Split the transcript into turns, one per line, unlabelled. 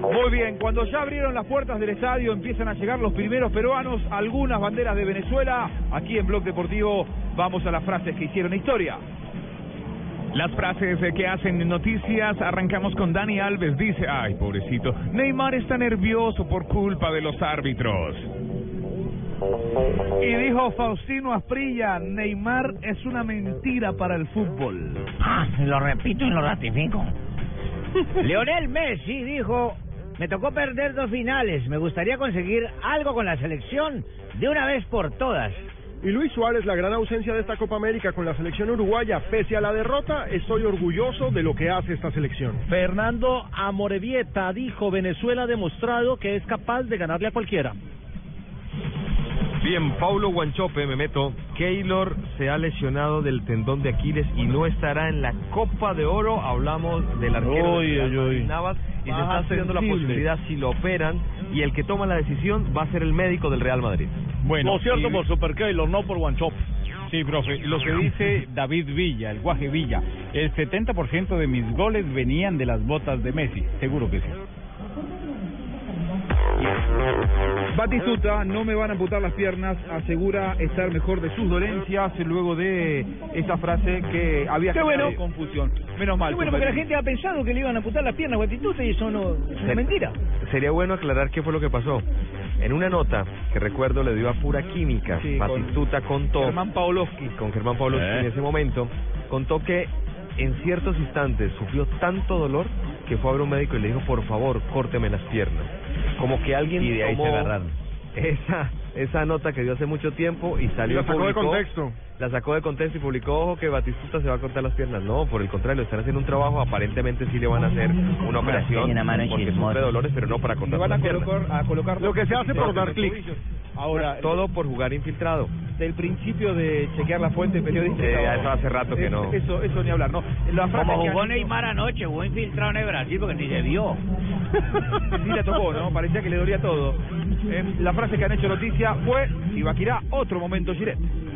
Muy bien, cuando ya abrieron las puertas del estadio empiezan a llegar los primeros peruanos, algunas banderas de Venezuela. Aquí en Blog Deportivo vamos a las frases que hicieron historia. eh,
Las frases que hacen noticias, arrancamos con Dani Alves, dice, ay pobrecito, Neymar está nervioso por culpa de los árbitros.
Y dijo Faustino Asprilla, Neymar es una mentira para el fútbol.
Ah, lo repito y lo ratifico. Leonel Messi dijo, me tocó perder dos finales, me gustaría conseguir algo con la selección de una vez por todas.
Y Luis Suárez, la gran ausencia de esta Copa América con la selección uruguaya, pese a la derrota, estoy orgulloso de lo que hace esta selección.
Fernando Amorevieta dijo, Venezuela ha demostrado que es capaz de ganarle a cualquiera.
Bien, Paulo Guanchope, me meto. Keylor se ha lesionado del tendón de Aquiles y no estará en la Copa de Oro. Hablamos del arquero
Uy,
de
uy, uy.
Navas y se
Baja
está estudiando la
sensible.
posibilidad si lo operan y el que toma la decisión va a ser el médico del Real Madrid.
Bueno, y-
Super Keylor, no por One Chop.
Sí, profe, lo que dice David Villa, el guaje Villa, el 70% de mis goles venían de las botas de Messi, seguro que sí.
Batistuta, no me van a amputar las piernas, asegura estar mejor de sus dolencias luego de esta frase que había
Qué
generado
bueno.
confusión. Menos mal.
Qué bueno, porque la
compañero.
gente ha pensado que le iban a amputar las piernas a Guatituta y eso no es una
Sí.
mentira.
Sería bueno aclarar qué fue lo que pasó. En una nota que recuerdo le dio a pura química,
Sí,
Batistuta contó
Germán Paolowski.
con Germán Pablo
Eh.
en ese momento, contó que en ciertos instantes sufrió tanto dolor que fue a ver un médico y le dijo, por favor, córteme las piernas. Como que alguien
Y de ahí se
tomó
agarraron.
esa, esa nota que dio hace mucho tiempo y salió
La sacó de
publicó-
contexto.
La sacó de contexto y publicó, ojo, que Batistuta se va a cortar las piernas. No, por el contrario, están haciendo un trabajo, aparentemente sí le van a hacer una
es que hay
operación
una mano
porque
chismosa.
sufre dolores, pero no para
Le
cortar
van
las
a
piernas.
colocar, a colocar
Lo que se hace por dar clic.
Ahora,
Todo por jugar infiltrado.
del principio de chequear la fuente periodística.
Eh, eso hace rato que
Es-
no.
Eso, eso ni hablar, ¿no? La frase
Como
que han
jugó
dicho-
Neymar anoche, jugó infiltrado en el Brasil porque ni se vio.
Sí la tocó, ¿no? Parecía que le dolía todo. Eh, la frase que han hecho noticia fue, Ibaquirá, otro momento, Giret.